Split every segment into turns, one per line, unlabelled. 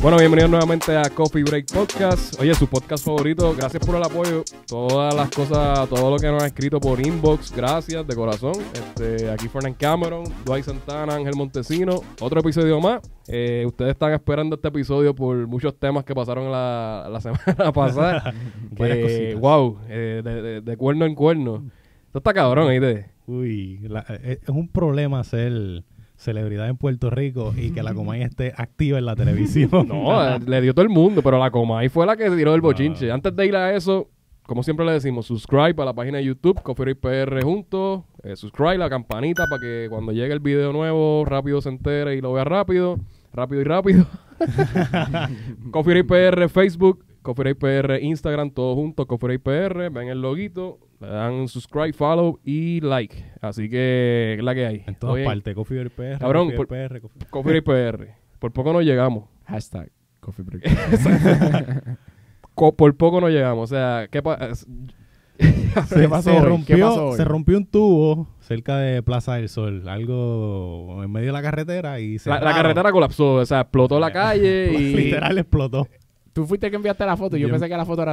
Bueno, bienvenidos nuevamente a Coffee Break Podcast. Oye, su podcast favorito. Gracias por el apoyo. Todas las cosas, todo lo que nos han escrito por inbox, gracias de corazón. Este, aquí Fernan Cameron, Dwight Santana, Ángel Montesino. Otro episodio más. Eh, ustedes están esperando este episodio por muchos temas que pasaron la, la semana pasada.
Varias
que,
cositas.
wow, eh, de, de- de cuerno en cuerno. Esto está cabrón, ¿viste?
Uy, la- eh, es es un problema ser celebridad en Puerto Rico y que la Comay esté activa en la televisión.
No, eh, le dio todo el mundo, pero la Comay fue la que tiró el bochinche. Antes de ir a eso, como siempre le decimos, subscribe a la página de YouTube, Coffee Break PR juntos, eh, subscribe la campanita para que cuando llegue el video nuevo, rápido se entere y lo vea rápido, rápido y rápido. Coffee Break PR Facebook, Coffee Break PR Instagram, todo junto, Coffee Break PR, ven el loguito, le dan subscribe, follow y like. Así que es la que hay.
En todas
eh, Oye,
partes, Coffee Break PR,
Cabrón,
Coffee
por-
Break PR, Coffee-
Coffee Break PR. Por poco no llegamos.
Hashtag Coffee Break.
Co- por poco no llegamos. O sea, ¿qué pa- es-
Se,
¿Qué
se
pasó hoy? ¿Qué
rompió,
pasó hoy?
se rompió un tubo cerca de Plaza del Sol, algo en medio de la carretera y se
la, la carretera colapsó. O sea, explotó la calle y.
literal explotó.
Tú fuiste el que enviaste la foto y yo,
Yo-
pensé que la foto era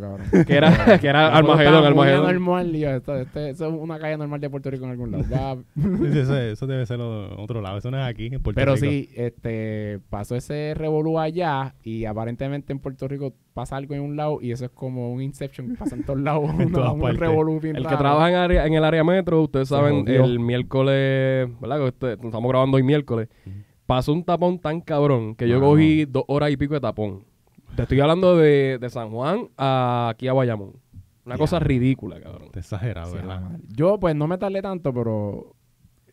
cabrón.
Que era, que era
La foto
Armagedón,
estaba muy
Armagedón.
normal, y yo, esto, este- eso es una calle normal de Puerto Rico en algún lado. Ya,
Eso, eso debe ser lo- otro lado, eso no es aquí en Puerto
pero
Rico.
sí, este, pasó ese revolú allá y aparentemente en Puerto Rico pasa algo en un lado y eso es como un Inception que pasa en todos lados.
En
una-
todas
un
partes.
revolú bien
El que
raro.
trabaja en, área- en el área metro, ustedes
Se
saben,
jodió.
el miércoles, ¿verdad? Que este- estamos grabando hoy miércoles. Pasó un tapón tan cabrón que yo
Mano.
cogí dos horas y pico de tapón. Te estoy hablando de, de San Juan a aquí a Bayamón. Una cosa ridícula, cabrón.
Está exagerado,
Sí, la
¿verdad?
madre. Yo, pues, no me tardé tanto, pero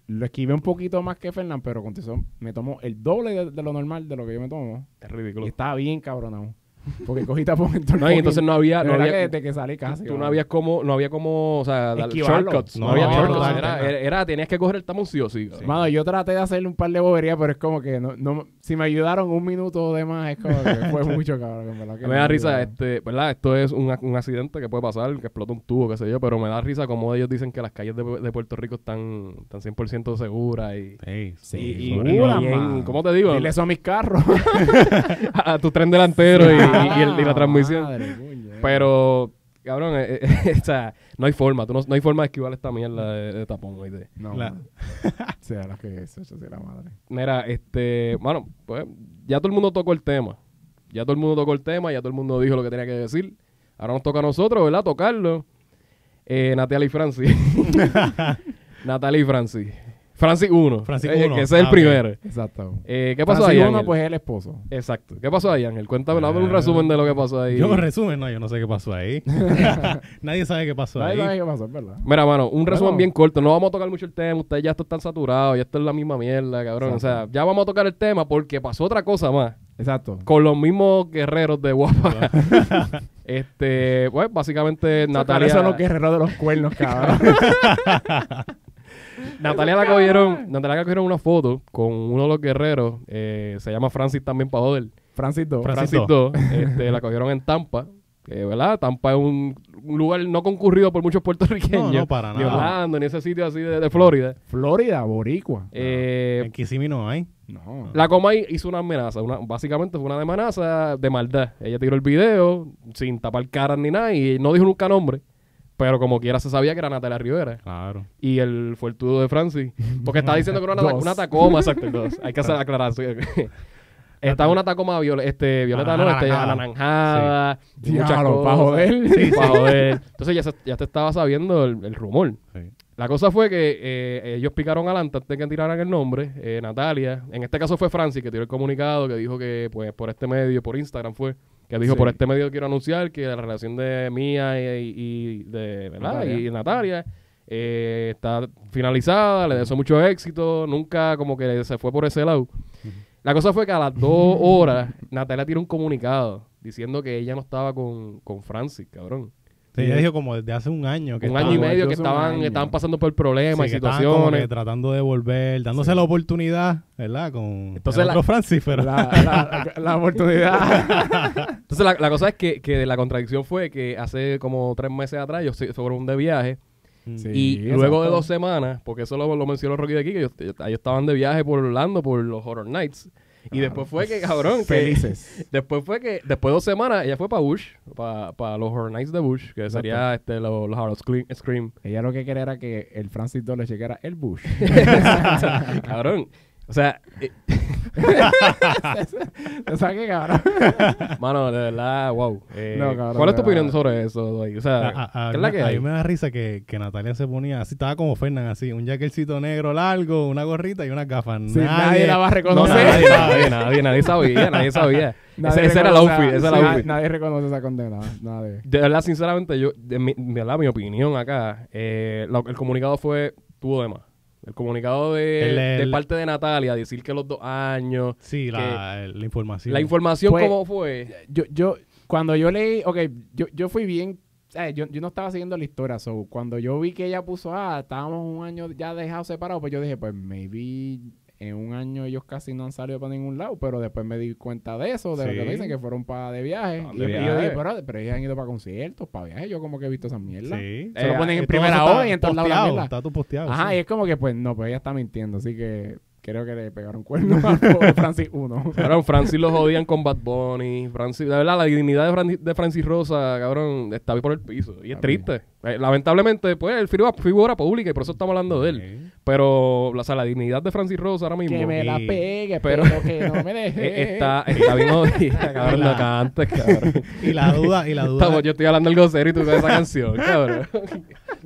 lo esquivé un poquito más que Fernán, pero con eso me tomó el doble de, de lo normal de lo que yo me tomo.
Es ridículo.
Y estaba bien cabronado. Porque cogí tapón en todo el
No, y entonces
fucking-
no había,
De
no
verdad que
había,
desde que salí casi.
Tú no
cabrón.
habías como, no había como, o sea, dar-
Esquivarlo.
shortcuts. No,
No,
había
no,
shortcuts.
no,
era,
no.
era- era- tenías que coger el tapón sí o sí. cabrón.
Mano, yo traté de hacerle un par de boberías, pero es como que no, no- si me ayudaron un minuto de más, es como que fue mucho, cabrón. en ¿verdad? que
Me
no
da risa,
ayudaron.
este, ¿verdad? Esto es un, ac- un accidente que puede pasar, que explota un tubo, qué sé yo, pero me da risa como ellos dicen que las calles de, de Puerto Rico están, están 100% seguras y...
Ey,
Sí,
y-
seguro.
y-
Segura,
y en-
mano.
¿Cómo te digo?
Dile eso a mis carros.
a, a tu tren delantero y, y- y el- y la
Ah,
transmisión. Pues,
madre, eh. puñe.
Pero, cabrón, eh, eh, o sea, no hay forma. Tú no, no hay forma de esquivar esta mierda de, de tapón. oíste.
No,
La-
mano. sea lo que es, eso sea la madre.
Mira, este, bueno, pues ya todo el mundo tocó el tema. Ya todo el mundo tocó el tema, ya todo el mundo dijo lo que tenía que decir. Ahora nos toca a nosotros, ¿verdad? Tocarlo. Eh, Natalia y Francis. Natalia y Francis. Francis 1.
Francis
Eh,
uno.
que ese es el
Ah, ok.
primero.
Exacto.
Eh, ¿Qué pasó ahí,
Francis
Ángel?
Bono, pues es el esposo.
Exacto. ¿Qué pasó ahí, Ángel? Cuéntame, dame un
Eh,
resumen de lo que pasó ahí.
Yo, en resumen, no, yo no sé qué pasó ahí. Nadie sabe qué pasó
Nadie sabe
ahí.
qué pasó, es ¿verdad?
Mira, mano, un resumen
Bueno.
bien corto. No vamos a tocar mucho el tema. Ustedes ya esto están saturados. Ya esto es la misma mierda, cabrón. O sea,
Exacto.
ya vamos a tocar el tema porque pasó otra cosa más.
Exacto.
con los mismos guerreros de Guapa. este, pues básicamente Natalia,
Eso no que guerreros de los cuernos, cabrón.
Natalia la cogieron, Natalia la cogieron una foto con uno de los guerreros, eh, se llama Francis también para joder,
Francis II.
Francis
Francis II, este, la cogieron en Tampa, que, ¿verdad? Tampa es un, un lugar no concurrido por muchos puertorriqueños,
No, no, para
ni
nada.
Orlando, ni ese sitio así de, de Florida.
Florida, Boricua.
Eh,
En Kissimmee no hay.
No.
La Comay hizo una amenaza, una, básicamente fue una amenaza de maldad. Ella tiró el video sin tapar caras ni nada y no dijo nunca nombre, pero como quiera se sabía que era Natalia Rivera
Claro.
y el fuertudo de Francis, porque estaba diciendo que era una, ta-
Dos.
una Tacoma, exacto, dos. Hay que hacer aclaración. Estaba una Tacoma viol- este, violeta, no, este,
Anaranjada.
anaranjada, y muchas
Ah, Diablo, pa'
cosas.
joder.
Sí, pa' joder. Entonces ya, se- ya te estaba sabiendo el- el rumor.
Sí.
La cosa fue que eh, ellos picaron adelante antes de que tiraran el nombre, eh, Natalia. En este caso fue Francis que tiró el comunicado que dijo que, pues, por este medio, por Instagram fue, que dijo,
Sí.
por este medio quiero anunciar que la relación de mía y, y- y de ¿verdad?
Natalia.
Y Natalia eh, está finalizada, le deseo mucho éxito, nunca como que se fue por ese lado. La cosa fue que a las dos horas Natalia tiró un comunicado diciendo que ella no estaba con, con Francis, cabrón.
Sí, ella dijo como desde hace un año que
Un año y
estaba-
igual,
medio
yo
que
hace un
estaban,
año.
estaban pasando por problemas
Sí,
y
que estaban como
situaciones.
que tratando de volver, dándose la oportunidad, ¿verdad? Con
Entonces
el
la-
otro Francis, pero
La, la- la- la oportunidad.
Entonces, la, la cosa es que, que la contradicción fue que hace como tres meses atrás yo se- fueron de viaje
Sí,
y luego de
exacto.
dos semanas, porque eso lo, lo mencionó Rocky de aquí, que ellos, ellos estaban de viaje por Orlando por los Horror Nights. Y después fue que, cabrón, que-
Felices.
Después fue que, después de dos semanas, ella fue para Bush, para los Horror Nights de Bush, que sería este, los, los Horror Scream. Scream.
Ella lo que quería era que el Francis Dole llegara el Bush.
cabrón. O sea, eh,
o sea que cabrón.
mano, de verdad, wow. Eh,
No, cabrón,
¿Cuál es tu
de verdad.
opinión sobre eso, Doy? O sea,
A- a- a
¿qué es
mí
la
me-
que
a
hay?
mí me da risa que, que Natalia se ponía así, estaba como Fernan, así, un jaquecito negro largo, una gorrita y unas gafas.
Sí, nadie, la va a
No,
reconocer.
nadie, nadie, nadie, nadie sabía, nadie sabía.
Nadie
ese, ese era el
reconoce-
outfit, ese era
sí,
el
na-
outfit.
Nadie reconoce esa condena. Nadie.
De verdad, sinceramente, yo, de mi, de verdad, mi opinión acá, eh, lo- el comunicado fue, tuvo de más. El comunicado de,
El-
de
el-
parte de Natalia, decir que los dos años,
Sí, la, la información.
la información
Pues-
cómo fue.
Yo, yo, cuando yo leí, ok, yo, yo fui bien. eh, yo, yo no estaba siguiendo la historia, so cuando yo vi que ella puso, ah, estábamos un año ya dejados separados, pues yo dije, pues maybe en un año ellos casi no han salido para ningún lado, pero después me di cuenta de eso, de lo que
Sí.
dicen, que fueron para de viaje.
Ah, de
Y, yo- y yo
viaje.
dije, pero, pero ellos han ido para conciertos, para viajes, yo como que he visto esa mierda.
Sí.
Se
Eh,
lo ponen en
Todo
primera
eso está
hora y en todos lados la
posteado,
mierda.
Está todo posteado.
Ajá,
sí.
y es como que, pues, no, pues ella está mintiendo, así que creo que le pegaron cuernos a pobre Francis 1.
Cabrón, Francis lo jodían con Bad Bunny. Francis, de verdad, la dignidad de, Fran- de Francis Rosa, cabrón, está ahí por el piso. Y es
Papi.
triste. Eh, lamentablemente, pues, él figura, figura pública y por eso estamos hablando de él.
Sí.
Pero, o sea, la dignidad de Francis Rosa ahora mismo
Que me la
Y-
pegue, pero,
pero-
que no me
eh,
deje.
está, está bien jodida, cabrón, no
La-
cantes, cabrón.
Y la duda, y la duda.
Estamos- yo estoy hablando algo serio y tú con esa canción, cabrón.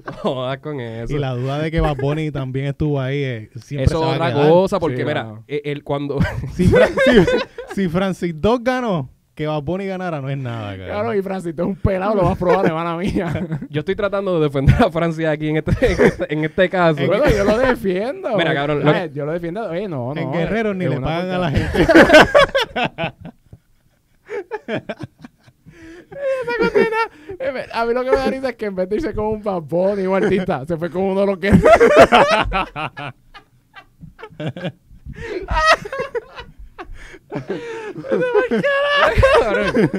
No jodas con eso.
Y la duda de que Bad Bunny también estuvo ahí. eh, siempre
Eso
se va
es
a
otra
quedar.
cosa, porque
Sí,
mira,
claro.
eh, él cuando.
Si, Fran- si- si Francis Dog ganó, que Bad Bunny ganara no es nada, cabrón.
Claro, y Francis, tú eres un pelado, lo vas a probar, hermana mía.
yo estoy tratando de defender a Francia aquí en este, en este, en este caso.
bueno, yo lo defiendo.
Mira, cabrón, lo
Ay, Yo lo defiendo. Oye, no, no. eh,
en Guerrero ni
es
le
una
pagan a
porquería.
la gente.
Eh, me- A mí lo que me da risa es que en vez de irse con un Bad Bunny un artista, se fue con uno lo que
Cabrón.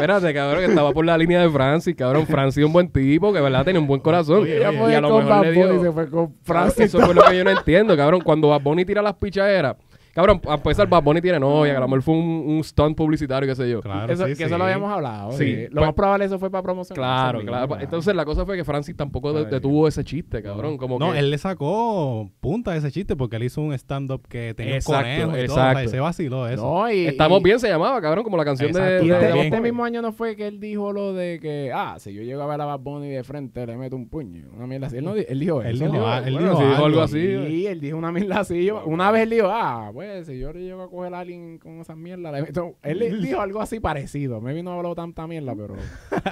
Espérate, cabrón, que estaba por la línea de Francis, cabrón. Francis es un buen tipo, que verdad tiene un buen corazón.
Oye,
ella
oye,
fue
y a lo
con
mejor
Bad
le
Bunny, se
dio.
fue con Francis.
Eso fue lo que yo no entiendo, cabrón. Cuando Bad Bunny tira las pichaderas. Cabrón, a pesar Bad Bunny tiene novia, que a lo mejor fue un, un stunt publicitario, qué sé yo.
Claro,
eso,
sí,
que eso
sí.
lo habíamos hablado.
Sí.
Sí. Lo
Pues-
más probable eso fue para promocionar.
Claro,
ese
claro.
mismo,
Entonces la cosa fue que Francis tampoco de-
Ay.
detuvo ese chiste, cabrón. Como
No,
que,
él le sacó punta a ese chiste porque él hizo un stand-up que tenía
Exacto,
un conejo y todo.
exacto.
o sea, se vaciló eso.
No, y-
Estamos
y-
bien se llamaba, cabrón, como la canción de-
Exacto,
de...
Y
de
este,
También.
este mismo año no fue que él dijo lo de que, ah, si yo llego a ver a Bad Bunny de frente, le meto un puño. Una mierda así. Él, no, di- él dijo eso.
Él dijo,
bueno,
ah, él
bueno,
dijo
sí, dijo
algo.
algo así.
Sí, él dijo una mierda así. Yo- una vez él dijo, ah, pues si yo llego a coger a alguien con esas mierdas, le meto. Él le- dijo algo así parecido. Maybe no habló tanta mierda, pero,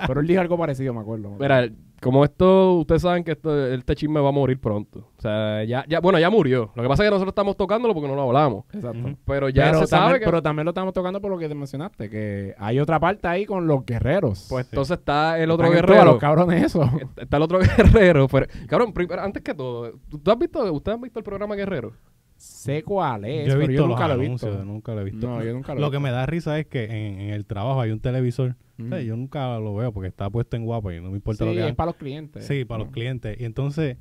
pero él dijo algo parecido, me acuerdo.
Mira, como esto, ustedes saben que esto, este chisme va a morir pronto. O sea, ya, ya, bueno, ya murió. Lo que pasa es que nosotros estamos tocándolo porque no lo hablamos.
Exacto.
Ujú.
Pero ya
pero,
se
también,
sabe que...
pero también lo estamos tocando por lo que te mencionaste, que hay otra parte ahí con los guerreros.
pues
sí.
entonces está el
Están
otro
en todas,
guerrero.
los cabrones eso.
Está el otro guerrero. Pero, cabrón, primero, antes que todo, ¿tú, tú has visto, ¿ustedes han visto el programa Guerrero?
sé cuál es,
yo he
eh, pero
visto
yo
los
nunca lo he
anuncios,
visto.
nunca lo he visto.
No, yo nunca lo he
Lo que me da risa es que en, en el trabajo hay un televisor.
Ujú.
Sí, yo nunca lo veo porque está puesto en guapa y no me importa lo
Sí,
que
es
hagan.
para los clientes.
Sí, para los clientes. Y entonces,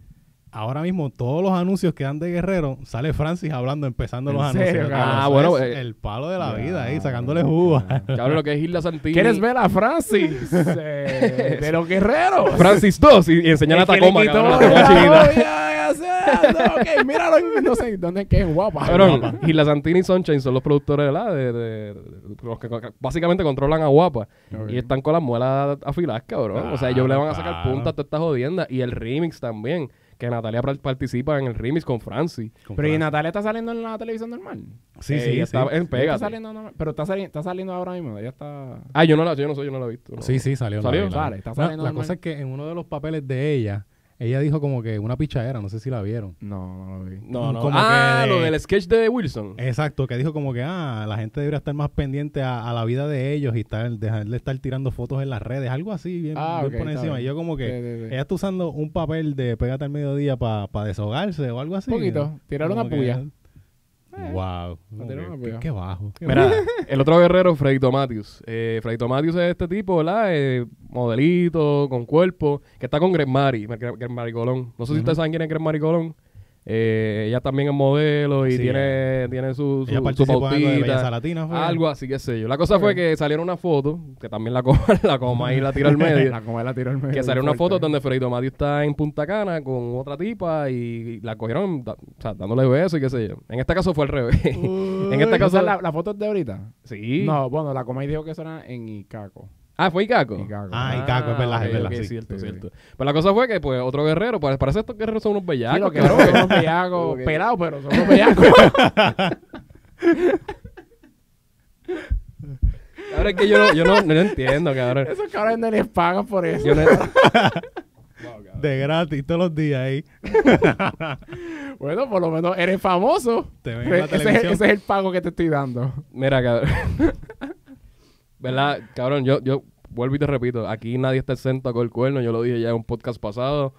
ahora mismo, todos los anuncios que dan de Guerrero, sale Francis hablando, empezando
¿En
los
serio,
anuncios.
cabrón?
cabrón.
Ah,
Eso
bueno,
es
eh,
el palo de la
Ya,
vida ahí, sacándole jugo.
Cabrón, lo que es Hilda Santini.
¿Quieres ver a Francis? Eh, de los guerreros.
Francis 2 y, y enseñar
El
a
que le
Tacoma,
quitó
cabrón, la
la
Tacoma chiquita.
novia, o sea, no, ok, míralo, en- no sé dónde es que es guapa.
Cabrón, y la Santini y Sunshine son los productores ¿verdad? de, de- de- los que co- básicamente controlan a Guapa.
Ok.
Y están con las muelas afiladas, cabrón. o sea, ellos le
Claro,
van a sacar
claro.
punta a todas estas jodiendas. Y el remix también. Que Natalia par- participa en el remix con Franci.
Pero y Natalia está saliendo en la televisión normal.
Sí,
Eh,
sí,
y
sí.
está en
Ella Está
Pégate.
saliendo normal, pero está, sali- está saliendo ahora mismo. Ella está.
Ah, yo no la, yo no sé, yo no la he visto. no.
Sí, sí, salió.
¿Salió?
vi, vi.
Sale, está
No,
saliendo
la
normal.
cosa es que en uno de los papeles de ella, ella dijo como que una pichadera, no sé si la vieron.
No, no lo vi.
No, no.
Mm, Como
ah,
que
lo
de-
del sketch de Wilson.
Exacto, que dijo como que, ah, la gente debería estar más pendiente a, a la vida de ellos y estar, dejar de estar tirando fotos en las redes, algo así, bien,
Ah,
bien
ok,
por
está
encima.
bien.
Y yo como que,
Sí, sí, sí.
ella está usando un papel de pégate al mediodía para desahogarse o algo así.
Poquito, tirar
Como
una
que-
puya.
Wow. como
tirar
que-
una
qué-
puya.
Qué bajo. qué
Mira,
bajo.
el otro guerrero, Freddy Tomatius. Eh, Freddy Tomatius es este tipo, ¿verdad? Eh, modelito, con cuerpo, que está con Greg Mari, Greg Mari Colón. No sé si ustedes saben quién es Greg Mari Colón. Eh, ella también es modelo y
Sí,
tiene, tiene su, su,
Ella
su
participó en algo de
pautita.
Bellas Latinas, fue.
Algo así, qué sé yo. La cosa fue
Ok.
que salieron una foto, que también la coma, la coma y la tira al medio.
Eh, la comadre la tiró al medio.
que salió una
fuerte.
foto donde Fredo Mati está en Punta Cana con otra tipa y la cogieron da- o sea, dándole besos y qué sé yo. En este caso fue al revés. en este
Uy,
caso.
¿esa es la, la foto es de ahorita.
Sí.
No, bueno, la comadre dijo que eso era en Icaco.
Ah, fue Icaco.
Icaco.
Ah, Icaco, es verdad, es
ok,
verdad,
ok,
sí.
cierto,
Sí,
cierto. Pero la cosa fue que, pues, otro guerrero, pues, parece que estos guerreros son unos
Sí, lo
bellacos.
que
claro,
son unos
que-
bellacos,
Ok.
pelados, pero son unos bellacos.
Ahora es que yo, no- yo no, no lo entiendo, cabrón.
Esos cabrones no les pagan por eso.
Yo no-
De gratis todos los días ahí.
Bueno, por lo menos eres famoso.
Te ven en la
Ese es,
televisión.
ese es el pago que te estoy dando.
Mira, cabrón. ¿Verdad? Cabrón, yo, yo vuelvo y te repito, aquí nadie está exento a coger el cuerno, yo lo dije ya en un podcast pasado,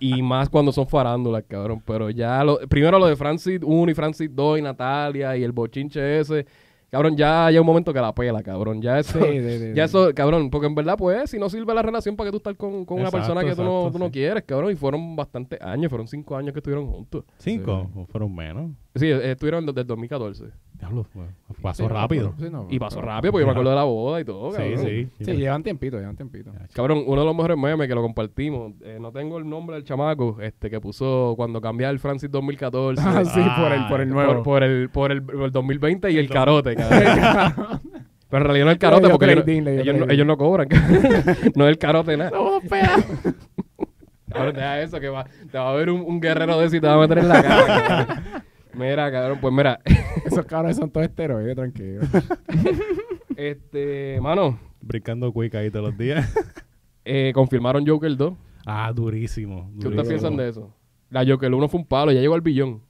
y más cuando son farándulas, cabrón, pero ya, lo, primero lo de Francis 1 y Francis 2 y Natalia y el bochinche ese, cabrón, ya hay un momento que la pela, cabrón, ya eso,
Sí, sí, sí,
ya
sí.
eso, cabrón, porque en verdad, pues, si no sirve la relación para que tú estar con, con una
Exacto,
persona que tú, no,
exacto,
tú no
sí.
quieres, cabrón, y fueron bastantes años, fueron cinco años que estuvieron juntos.
Cinco, o fueron menos.
Sí, eh, estuvieron desde el 2014.
Diablo, fue- pasó
Sí, no,
rápido.
pero- sí, no,
Y
pero-
pasó rápido, porque yo me acuerdo de la boda y todo,
Sí,
cabrón.
sí.
Sí, llevan tiempito, llevan tiempito.
Cabrón, uno de los mejores memes que lo compartimos. eh, no tengo el nombre del chamaco este que puso cuando cambiaba el Francis 2014.
Ah, sí,
Ah,
por el, por el nuevo.
Por, por el, por, el, por el 2020 y el carote, cabrón. Pero en realidad no el
Le
carote
dio
porque ellos,
trading, le dio
ellos no,
trading.
ellos no cobran. no es el carote nada.
Somos pedados.
Cabrón, deja eso que va, te va a ver un, un guerrero de eso y te va a meter en la cara. cabrón. Mira, cabrón, pues mira.
Esos cabrones son todos esteroides, tranquilo.
Este, mano,
Brincando cuica ahí todos los días.
eh, confirmaron Joker 2.
ah, durísimo.
¿Qué
durísimo.
ustedes piensan de eso? La Joker 1 fue un palo, ya llegó al billón.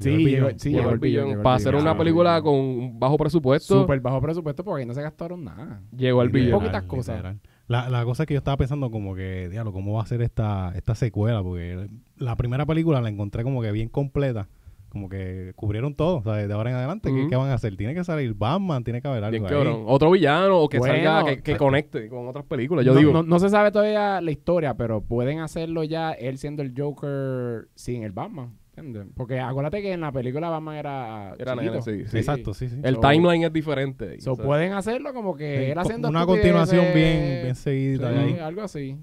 Llegó el billón.
llegó- sí,
Llegó
llegó
al
el billón,
billón.
llegó el
Para hacer
billón.
una película con un bajo presupuesto,
Súper bajo presupuesto porque ahí no se gastaron nada.
llegó al
Literal,
billón.
Poquitas cosas.
literal. La, la cosa es que yo estaba pensando como que, diablo, ¿cómo va a ser esta, esta secuela? Porque la primera película la encontré como que bien completa. Como que cubrieron todo, o sea, de ahora en adelante, ¿qué,
Ujú.
qué van a hacer? Tiene que salir Batman, tiene que haber algo
Bien
ahí.
cabrón. Otro villano o que
Bueno, pues,
salga, que, que
eh,
conecte con otras películas. Yo
no,
digo,
no, no se sabe todavía la historia, pero pueden hacerlo ya él siendo el Joker sin el Batman. ¿entiendes? Porque acuérdate que en la película Batman era.
Era
chiquito.
nene, sí, sí.
Exacto, sí, sí.
el
so-
timeline es diferente.
So,
O sea,
pueden hacerlo como que él
Co-
haciendo
Una
estupideces,
continuación bien, bien seguida
sí,
ahí.
algo así.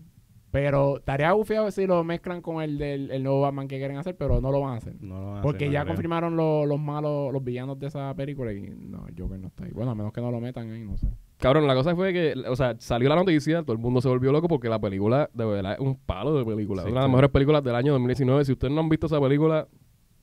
Pero estaría bufiado si lo mezclan con el del el nuevo Batman que quieren hacer, pero no lo van a hacer.
No lo van a
Porque
hacer,
ya
no creo.
confirmaron lo- los malos, los villanos de esa película y no, el Joker no está ahí. Bueno, a menos que no lo metan ahí, no sé.
Cabrón, la cosa fue que, o sea, salió la noticia, todo el mundo se volvió loco porque la película, de verdad, es un palo de película.
Sí,
una de las
sí.
mejores películas del año 2019. Si ustedes no han visto esa película,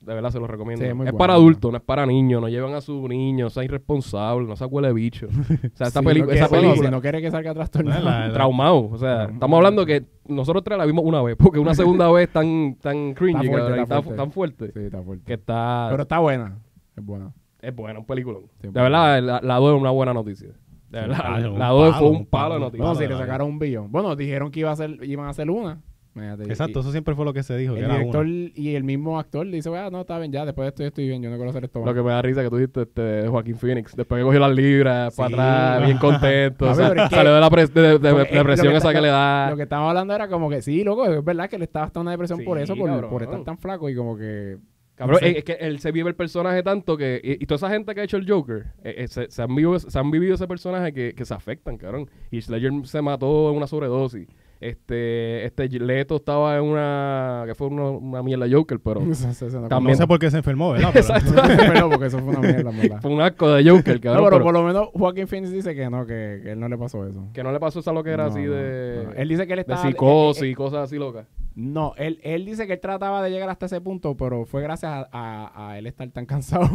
de verdad se los recomiendo.
Sí, es
es
muy buena.
para adultos, no es para niños. No llevan a su niño, sea irresponsable, no se huele bicho. O sea, esta
Si
pelicu-
no
esa
quiere- bueno,
película.
Si no quiere que salga
No,
trastornado.
la- la-
traumado. O sea, estamos hablando que nosotros tres la vimos una vez, porque una segunda vez tan, tan cringy,
Está fuerte,
cabrón, y
está
tan-
fuerte.
tan fuerte,
Sí, está fuerte.
que está...
Pero está buena. Es buena.
es buena, un peliculón.
Sí,
de verdad, la, la 2 es una buena noticia. De
Sí,
verdad,
claro,
la 2
un palo,
fue un
un
palo de
palo.
noticia.
Bueno,
la-
si
la-
le sacaron un billón. Bueno, dijeron que iba a hacer, iban a hacer una. Fíjate, y-
Exacto, eso siempre fue lo que se dijo.
y
que
El
era
director
una.
y el mismo actor le dice, bueno, no, está bien, ya, después de esto yo estoy bien, yo no quiero hacer esto.
Lo que me da risa que tú dijiste, este, Joaquín Phoenix, después que cogió las libras para
Sí.
atrás, bien contento. o
A ver,
sea,
pero es que-
salió de la pres- de- de- de-
Porque, eh, lo
depresión
que
esa
está-
que le da.
Lo que estábamos hablando era como que sí, loco, es verdad que le estaba hasta una depresión
Sí,
por eso, por,
cabrón.
por estar tan flaco y como que.
Cabrón, eh,
no sé.
es, es que él se vive el personaje tanto que. Y, y toda esa gente que ha hecho el Joker, eh, eh, se, se han vivido, se han vivido ese personaje que, que se afectan, cabrón. Y Ledger se mató en una sobredosis. Este, este Leto estaba en una. que fue una, una mierda Joker, pero.
se- se- se- no-
eh, También-
No sé por qué se enfermó, ¿verdad? Pero-
Exacto.
pero porque eso fue una mierda, en verdad.
Fue un asco de Joker, Pues,
No,
cabrón.
pero,
pero
por lo menos Joaquín Phoenix dice que no, que, que él no le pasó eso.
Que no le pasó esa loquera
No,
así
no,
de.
no. Él dice que él
de
estaba.
psicosis
eh, eh,
y cosas así locas.
no, él, él dice que él trataba de llegar hasta ese punto, pero fue gracias a, a- a él estar tan cansado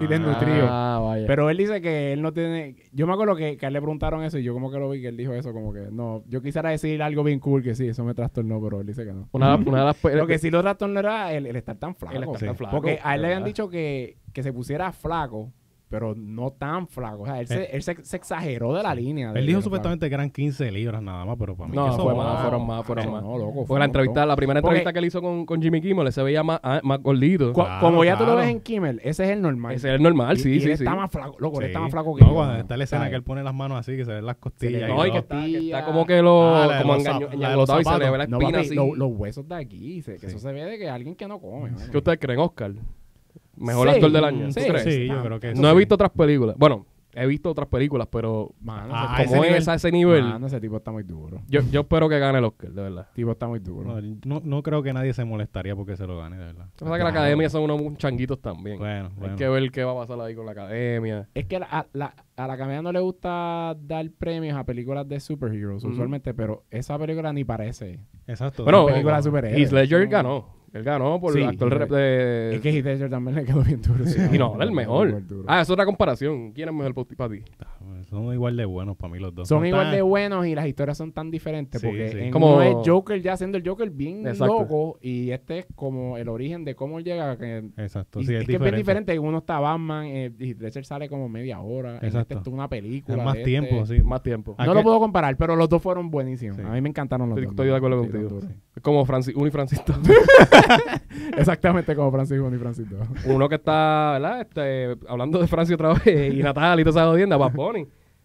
y desnutrido.
Ah, vaya.
Pero él dice que él no tiene. Yo me acuerdo que, que a él le preguntaron eso y yo como que lo vi que él dijo eso, como que no. Yo quisiera decir algo bien cool que sí, eso me trastornó, pero él dice que no.
una, una de las. pues, eh, pe-
Lo que sí lo trastornó era el, el estar tan flaco.
El estar
sí.
tan flaco.
Porque a él le habían
¿verdad?
dicho que, que se pusiera flaco pero no tan flaco. O sea, él, se, él se, se exageró de la línea. de-
Él
de
dijo
lo flaco.
supuestamente que eran 15 libras nada más, pero para mí
No,
eso
fue
no-
más,
wow.
fueron más, fueron
Eso
más.
no, loco, fue
Porque la
un
entrevista, la primera
Porque-
entrevista que él hizo con, con Jimmy Kimmel, él se veía más, ah, más gordito.
Cu-
Claro,
Como ya tú lo
claro.
ves en Kimmel, ese es el normal.
Ese es el normal,
Y-
sí,
y
sí,
él
sí.
está más flaco, loco,
Sí.
él está más flaco que
No,
yo,
cuando
mano.
está la escena
¿Sabes?
que él pone las manos así, que se ven las costillas.
No, y que
todo.
está,
tía.
que está como que lo,
Ah, la de
como
los zap-
engaño-
la de
engañotado
los
y se le ve la
No,
espina
papi,
así.
lo- los huesos de aquí, se- que
Sí.
eso se ve de que alguien que no come. mano.
¿Qué ustedes creen, Oscar? Mejor
Sí,
actor del año. ¿tú
sí,
crees?
Sí, yo creo que eso
No he
sí.
visto otras películas. Bueno, he visto otras películas, pero
Mano,
Ah,
ese,
ese
como
nivel-
es a ese nivel,
mano, ese tipo está muy duro.
yo, yo espero que gane el Oscar, de verdad.
El tipo está muy duro.
No, no, no creo que nadie se molestaría porque se lo gane, de verdad.
Lo que pasa es que la academia son unos changuitos también.
Bueno, bueno.
Hay que ver qué va a pasar ahí con la academia.
Es que la- a la, a la Camila no le gusta dar premios a películas de superheroes
Ujú.
usualmente, pero esa película ni parece.
Exacto.
Bueno,
Una
película
película super-
superhéroe.
Heath Ledger ganó. Él ganó por
Sí,
actor
pero-
rep- de...
Es que Heath Ledger también le quedó bien duro. sí.
Y no, era el mejor.
Súper duro.
Ah, es otra comparación. ¿Quién es mejor pa- para ti?
Ah, Son igual de buenos para mí los dos.
son
No
igual
están-
de buenos y las historias son tan diferentes.
Sí,
porque
sí.
en
Como-
uno es Joker ya siendo el Joker bien
Exacto.
loco y este es como el origen de cómo él llega. Que,
Exacto.
y
sí,
es,
es,
que es
diferente.
bien diferente. Uno está Batman eh, y Ledger sale como media hora. En este
Exacto.
es una película.
Es más
de este.
tiempo, sí.
Más tiempo.
Ah,
No
¿qué?
lo puedo comparar, pero los dos fueron buenísimos.
Sí.
A mí me encantaron los
Estoy-
dos.
estoy de acuerdo
Sí, los
contigo.
dos.
Es como Franci- uno y Francisco.
Exactamente como Francisco y Francisco.
uno que está, ¿verdad? Este, hablando de Francia otra vez y Natal y toda esa jodienda, Bad Bunny.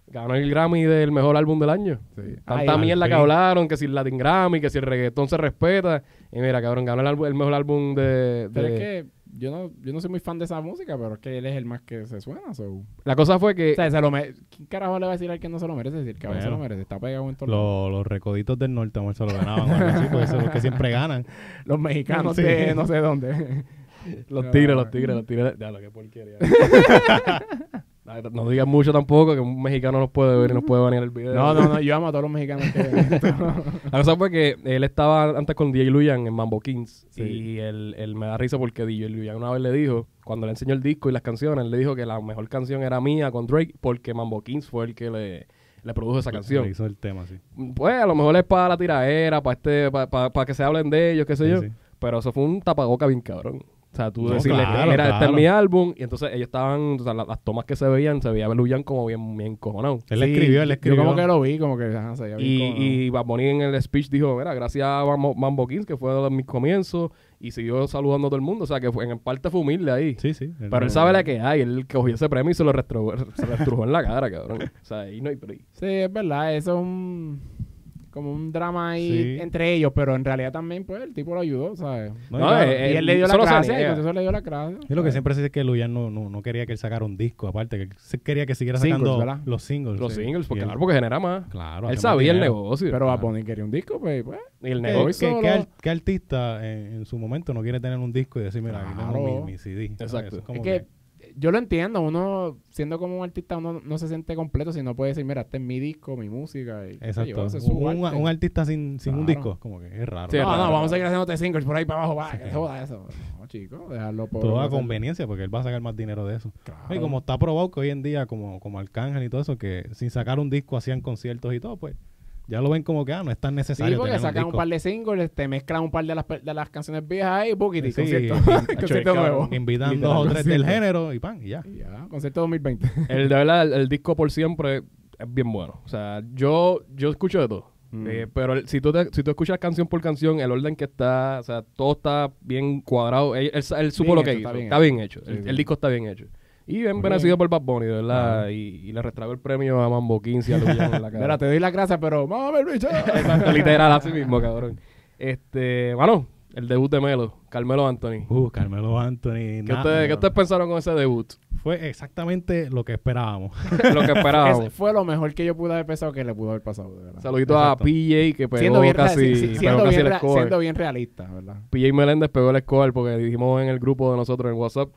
Ganó el Grammy del mejor álbum del año.
Sí.
Tanta
Ay,
mierda
al
que
fin.
hablaron, que si el Latin Grammy, que si el reggaetón se respeta. Y mira, cabrón, ganó el, álbum- el mejor álbum de...
Pero
de-
es que yo no, yo no soy muy fan de esa música, pero es que él es el más que se suena. so. O
La cosa fue que...
sea, se lo mere- ¿Quién carajo le va a decir al que no se lo merece? Decir que a se lo
Eh, Bueno.
merece. Está pegado en todos lados.
Los, los recoditos del norte, amor, se lo ganaban. bueno, así, pues, son los que siempre ganan.
Los mexicanos
Sí.
de no sé dónde.
Los tigres, los tigres, los tigres. Ya, lo que porquería. Ay, no digas mucho tampoco, que un mexicano nos puede ver y nos puede banear el video.
No, no, no, yo amo a todos los mexicanos que ven esto.
La cosa fue que él estaba antes con DJ Luyan en Mambo Kings.
Sí.
Y él, él me da risa porque DJ Luyan una vez le dijo, cuando le enseñó el disco y las canciones, él le dijo que la mejor canción era mía con Drake porque Mambo Kings fue el que le, le produjo esa
Le
canción.
hizo el tema, sí.
Pues a lo mejor es para la tiradera, para este, para, que se hablen de ellos, qué sé
Sí,
yo.
sí.
Pero eso fue un tapaboca bien cabrón. O sea, tú
No,
decirle,
claro,
mira, este es
claro.
mi álbum. Y entonces ellos estaban, o sea, la- las, tomas que se veían, se veía a Luyan como bien, bien cojonado.
Él le escribió, él le escribió.
Yo como que lo vi, como que. ajá, se veía bien
Y,
como-
y Bad Bunny en el speech dijo, mira, gracias a Mambo, Mambo Kings, que fue de mis comienzos, y siguió saludando a todo el mundo. O sea, que fue- en parte fue humilde ahí.
Sí, sí.
Pero él sabe la que hay, él cogió ese premio y se lo restrujó, se lo restrujó en la cara, cabrón. O sea, ahí no hay... break.
Sí, es verdad, eso es un. Como un drama ahí
Sí.
entre ellos, pero en realidad también, pues, el tipo lo ayudó, ¿sabes?
No,
No,
y claro,
eh, eh,
y él le dio la
eso no se
gracia, y
niega.
con eso le dio la gracia.
Yo lo que siempre sé es que Luyan no, no, no quería que él sacara un disco, aparte, que él se- quería que siguiera
Singles,
sacando
¿verdad?
los singles.
Los
Pues sí.
singles,
Y
porque,
él-
claro, porque genera más.
claro, hace
Él
más
sabía el
dinero.
negocio.
Pero Bad
Claro.
Bunny quería un disco, pues, pues.
Y el
¿Qué-
negocio.
¿Qué,
solo-
qué ar- qué artista en, en su momento no quiere tener un disco y decir, mira, aquí
Claro.
tengo mi, mi CD? ¿sabes?
Exacto.
Eso
Es
como
que yo lo entiendo, uno, siendo como un artista, uno no se siente completo si no puede decir, mira, este es mi disco, mi música. Y, qué sé yo,
Exacto.
ese es su
Un, un-
arte.
un artista sin, sin un
Claro.
disco, como que es raro.
Sí, es
No,
raro,
no,
raro.
vamos a seguir haciéndote singles por ahí para abajo. Va, que se joda eso. No, chico, dejarlo por.
Todo a conveniencia, porque él va a sacar más dinero de eso.
Claro.
Y como está probado que hoy en día, como, como Arcángel y todo eso, que sin sacar un disco hacían conciertos y todo, pues ya lo ven como que ah, no es tan
Sí,
necesario.
porque
tener
sacan un,
disco.
par de singles, te mezclan un par de las, pe- de las canciones viejas ahí, Bookity,
Sí,
concierto,
sí,
concierto
cabrón.
nuevo.
Invitan dos
Literal,
o tres del
concierto.
género y pan, y ya.
Y ya, concierto 2020.
El, de verdad, el, el disco por siempre es bien bueno. O sea, yo, yo escucho de todo.
Mm.
Eh, pero el- si, tú te- si tú escuchas canción por canción, el orden que está, o sea, todo está bien cuadrado. Él, él sa- él supo
Bien
lo que
hecho,
hizo.
está
Está
bien
bien, hecho.
Sí,
el,
sí.
el disco está bien hecho. Y bien
Muy
merecido
bien.
por Bad Bunny, de verdad. Y, y le retragó el premio a Mambo 15 y a Luyan en la cara.
Mira, te doy la gracia, pero ¡Mame, bicho!
Exacto, literal, así mismo, cabrón. Este, bueno, el debut de Melo, Carmelo Anthony.
Uh, Carmelo Anthony.
¿Qué,
na-
ustedes, qué ustedes pensaron con ese debut?
Fue exactamente lo que esperábamos.
lo que
Ese
esperábamos.
fue lo mejor que yo pude haber pensado que le pudo haber pasado, de verdad.
Saludito a
Exacto.
PJ que pegó
Siendo bien, rea-
casi,
si-
pegó
si- siendo
casi
bien
el
rea-
score.
siendo bien realista, ¿verdad?
PJ Meléndez pegó el score porque dijimos en el grupo de nosotros en WhatsApp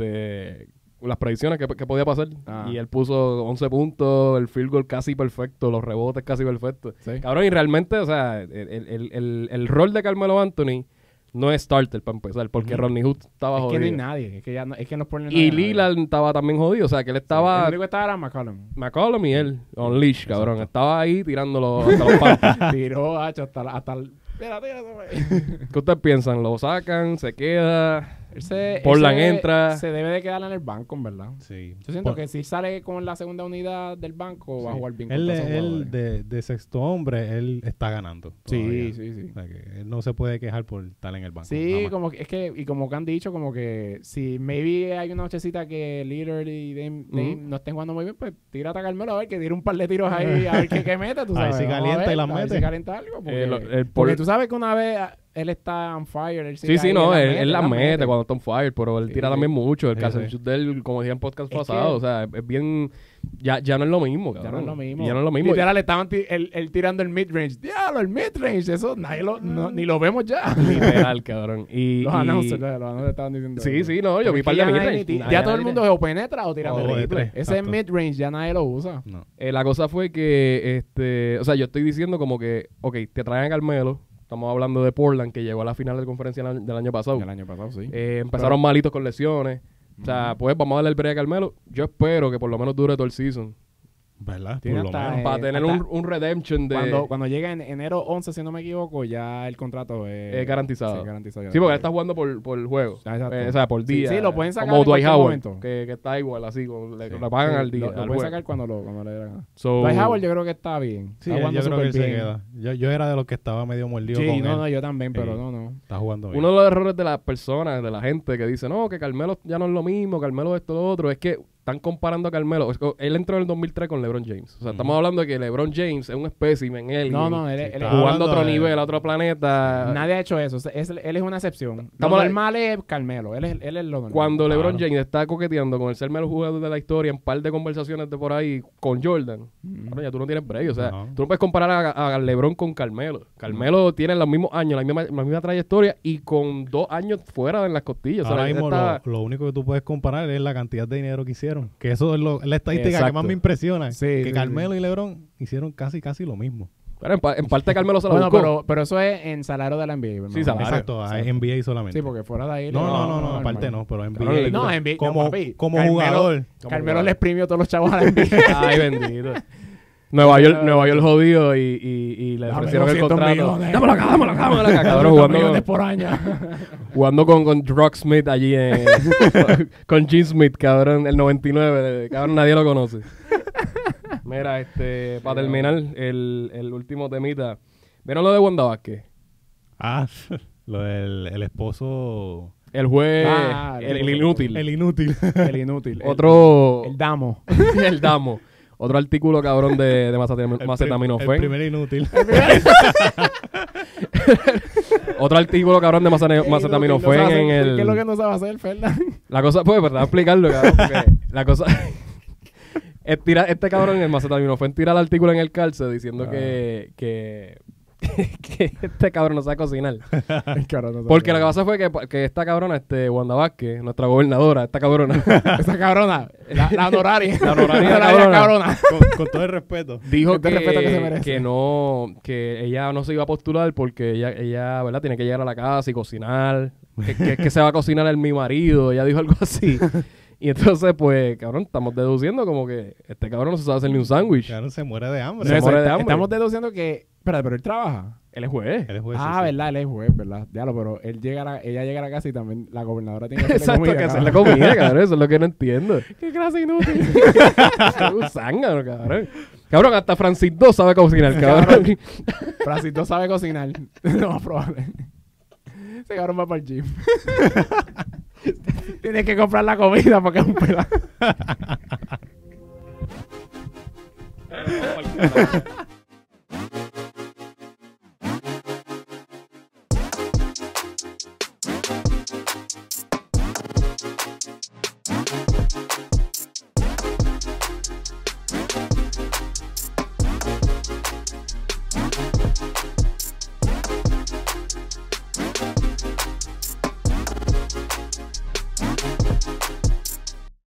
este, las predicciones que, que podía pasar.
Ah.
Y él puso 11 puntos, el field goal casi perfecto, los rebotes casi perfectos.
Sí.
Cabrón, y realmente, o sea, el, el- el- el- el rol de Carmelo Anthony no es starter para empezar, porque
Ujú.
Rodney Hood estaba
Es que
jodido.
no hay nadie. Es que, ya no, es que nos ponen
y Lillard estaba también jodido, o sea, que él
estaba...
estaba...
El único que estaba era McCollum.
McCollum y él, on leash, cabrón. Estaba ahí tirándolo hasta los palos.
Tiró, hacho, hasta... la- hasta el- Mira, tira eso, güey.
¿Qué ustedes piensan? ¿Lo sacan? ¿Se queda?
Él se- él
Portland
se debe-
entra.
Se debe de quedar en el banco, en verdad.
Sí.
Yo siento
Por-
que si sale con la segunda unidad del banco, va a
sí.
jugar bien con
Él,
todos esos
él
jugadores.
de, Oh, de sexto hombre, él está ganando.
Sí,
todavía.
sí, sí.
O sea, que él no se puede quejar por estar en el banco.
Sí,
jamás.
como que, es que, y como que han dicho, como que si maybe hay una nochecita que Lillard y Dame, Dame
Ujú.
no estén jugando muy bien, pues tírate a Carmelo a ver que tire un par de tiros ahí, a ver qué, qué mete, tú
A ver
sabes.
si
Vamos
calienta
ver,
y las
a ver
mete.
si calienta algo, porque,
Eh, lo- el por-
porque tú sabes que una vez ah, él está on fire, él
Sí, sí,
ahí,
no,
las
él, él la
las
mete cuando está on fire, pero él
Sí,
tira
sí.
también mucho. El
Sí,
caso
sí.
de él, como decía en podcast
Es
pasado,
que-
o sea, es bien. Ya, ya no es lo mismo,
Ya
cabrón.
no es lo mismo.
Ya no es lo mismo.
Literal, estaban ti- él, él tirando el mid-range. Diablo, el mid-range. Eso nadie lo, no- ni lo vemos ya.
Literal, cabrón. Y,
Los
y-
announcers, los announcers estaban diciendo.
Sí,
eso.
sí, no, yo
Pero
vi
es
par
que
de
ya nadie
midrange.
ni ti-
Nah,
Ya
ya
todo el
nadie-
mundo o penetra o tira
O
de
de
triple.
tres,
este
Ese
exacto.
mid-range ya nadie lo usa.
No.
Eh, la cosa fue que, este, o sea, yo estoy diciendo como que, ok, te traen a Carmelo. Estamos hablando de Portland, que llegó a la final de la conferencia del año- del año pasado.
año pasado, sí.
Eh, empezaron malitos con lesiones. O sea, pues vamos a darle el break a Carmelo. Yo espero que por lo menos dure todo el season.
¿Verdad?
Tiene
Por lo
hasta-
menos.
Eh,
para tener
hasta-
un, un redemption de...
cuando, cuando llega en enero 11, si no me equivoco, ya el contrato es,
Es garantizado.
Sí, es garantizado.
Sí, porque él está jugando por, por juego.
Ah, exacto.
Eh, o sea, por
Sí,
día.
sí, lo pueden sacar
Como
en
Dwight
cualquier
Howard,
momento.
que, que está igual, así, con, le,
Sí.
lo pagan
Sí,
al día.
Lo, lo
al Oh.
pueden
juego.
sacar cuando, lo, cuando le dé la gana.
So-
Dwight Howard yo creo que está bien.
Sí,
está
él-
jugando
yo creo que él se
superbién.
queda. Yo, yo era de los que estaba medio mordido
Sí,
con
no,
él.
no, yo también, pero
Sí.
Eh,
no, no.
Está jugando bien.
Uno de los errores de las personas, de la gente que dice, no, que Carmelo ya no es lo mismo, Carmelo esto, lo otro, es que están comparando a Carmelo. Es que él entró en el 2003 con LeBron James. O sea, estamos hablando de que LeBron James es un espécimen, él,
No, no, él,
Sí,
él-
está
él-
jugando a otro
Hablando de-
nivel, a otro planeta.
nadie ha hecho eso. o sea, es- él es una excepción. Lo
Estamos-
normal es Carmelo. Él es, él es lo normal.
Cuando
Claro.
LeBron James está coqueteando con el ser mejor jugador de la historia en par de conversaciones de por ahí con Jordan, cabrón, ya tú no tienes break. O sea,
No.
tú no puedes comparar a, a LeBron con Carmelo. Carmelo tiene los mismos años, la misma, la misma trayectoria y con dos años fuera en las costillas. O sea,
Ahora
la gente
mismo
está-
lo, lo único que tú puedes comparar es la cantidad de dinero que hicieron. Que eso es lo- es la estadística que
Exacto.
más me impresiona.
Sí,
que
sí,
Carmelo y Lebron hicieron casi, casi lo mismo.
Pero en, pa- en parte Carmelo se la
Bueno,
buscó.
pero, pero eso es en salario de la NBA. hermano.
Sí, salario. Claro,
Exacto, a NBA solamente.
Sí, porque fuera de ahí.
no, no, no, no,
normal.
aparte no, pero NBA.
Claro,
No, NBA, no,
como,
papi.
como
Carmelo-
jugador.
Carmelo le exprimió todos los chavos a la NBA.
Ay, bendito. Nueva York, Nueva York jodido y, y, y le
Dame
ofrecieron el
200
contrato.
millones.
Dámelo acá, dámelo acá, dámelo acá. Cabrón,
200
jugando,
millones
con-
por año.
jugando con, con Drug Smith allí en, con Gene Smith, cabrón, el 99. eh, Cabrón, nadie lo conoce. Mira, este, para terminar, el, el último temita. ¿Vieron lo de Wanda Vázquez?
Ah, lo del el esposo.
El juez,
Ah,
el,
el-
el inútil.
El inútil.
el inútil. el-
otro,
El,
el,
damo.
damo. Otro artículo, cabrón, de, de macetamin-
el
macetaminofen.
primer inútil.
Otro artículo, cabrón, de macetane- macetaminofen
fue
en el...
¿Qué es lo que no sabe hacer, Fernan?
La cosa, pues, verdad, explicarlo, cabrón, porque la cosa... es tirar- este cabrón, el macetaminofen, tira el artículo en el calce diciendo
Ah.
que, que... que este cabrón no sabe cocinar.
El cabrón no sabe
Porque lo que pasa
hacer.
fue que, que esta cabrona, este, Wanda Vázquez, nuestra gobernadora, esta cabrona,
Esa cabrona. La, la honoraria.
La honoraria,
cabrona.
cabrona.
con, con todo el respeto.
dijo
Con todo
que,
el respeto que se merece.
que no, que ella no se iba a postular porque ella, ella ¿verdad? Tiene que llegar a la casa y cocinar, que, que- que se va a cocinar el mi marido, ella dijo algo así. Y entonces, pues, cabrón, estamos deduciendo como que este cabrón no se sabe hacer ni un sándwich.
Ya no se muere de hambre.
Se
Eso,
muere de
está-
hambre.
Estamos deduciendo que... Espera, pero él trabaja.
Él es juez.
Él es juez,
ah,
sí, sí.
verdad, él es juez, ¿verdad? Diablo, pero él llega a la- ella llega a la casa y también la gobernadora tiene que hacerle
Exacto,
comida.
que
cabrón.
hacerle comida, cabrón. Eso es lo que no entiendo.
¡Qué clase inútil!
Es un zángano, cabrón. Cabrón, hasta Francis II sabe cocinar, cabrón.
Francisco sabe cocinar. Lo más probable. Ese cabrón va para el gym. Tienes que comprar la comida porque es un pedazo.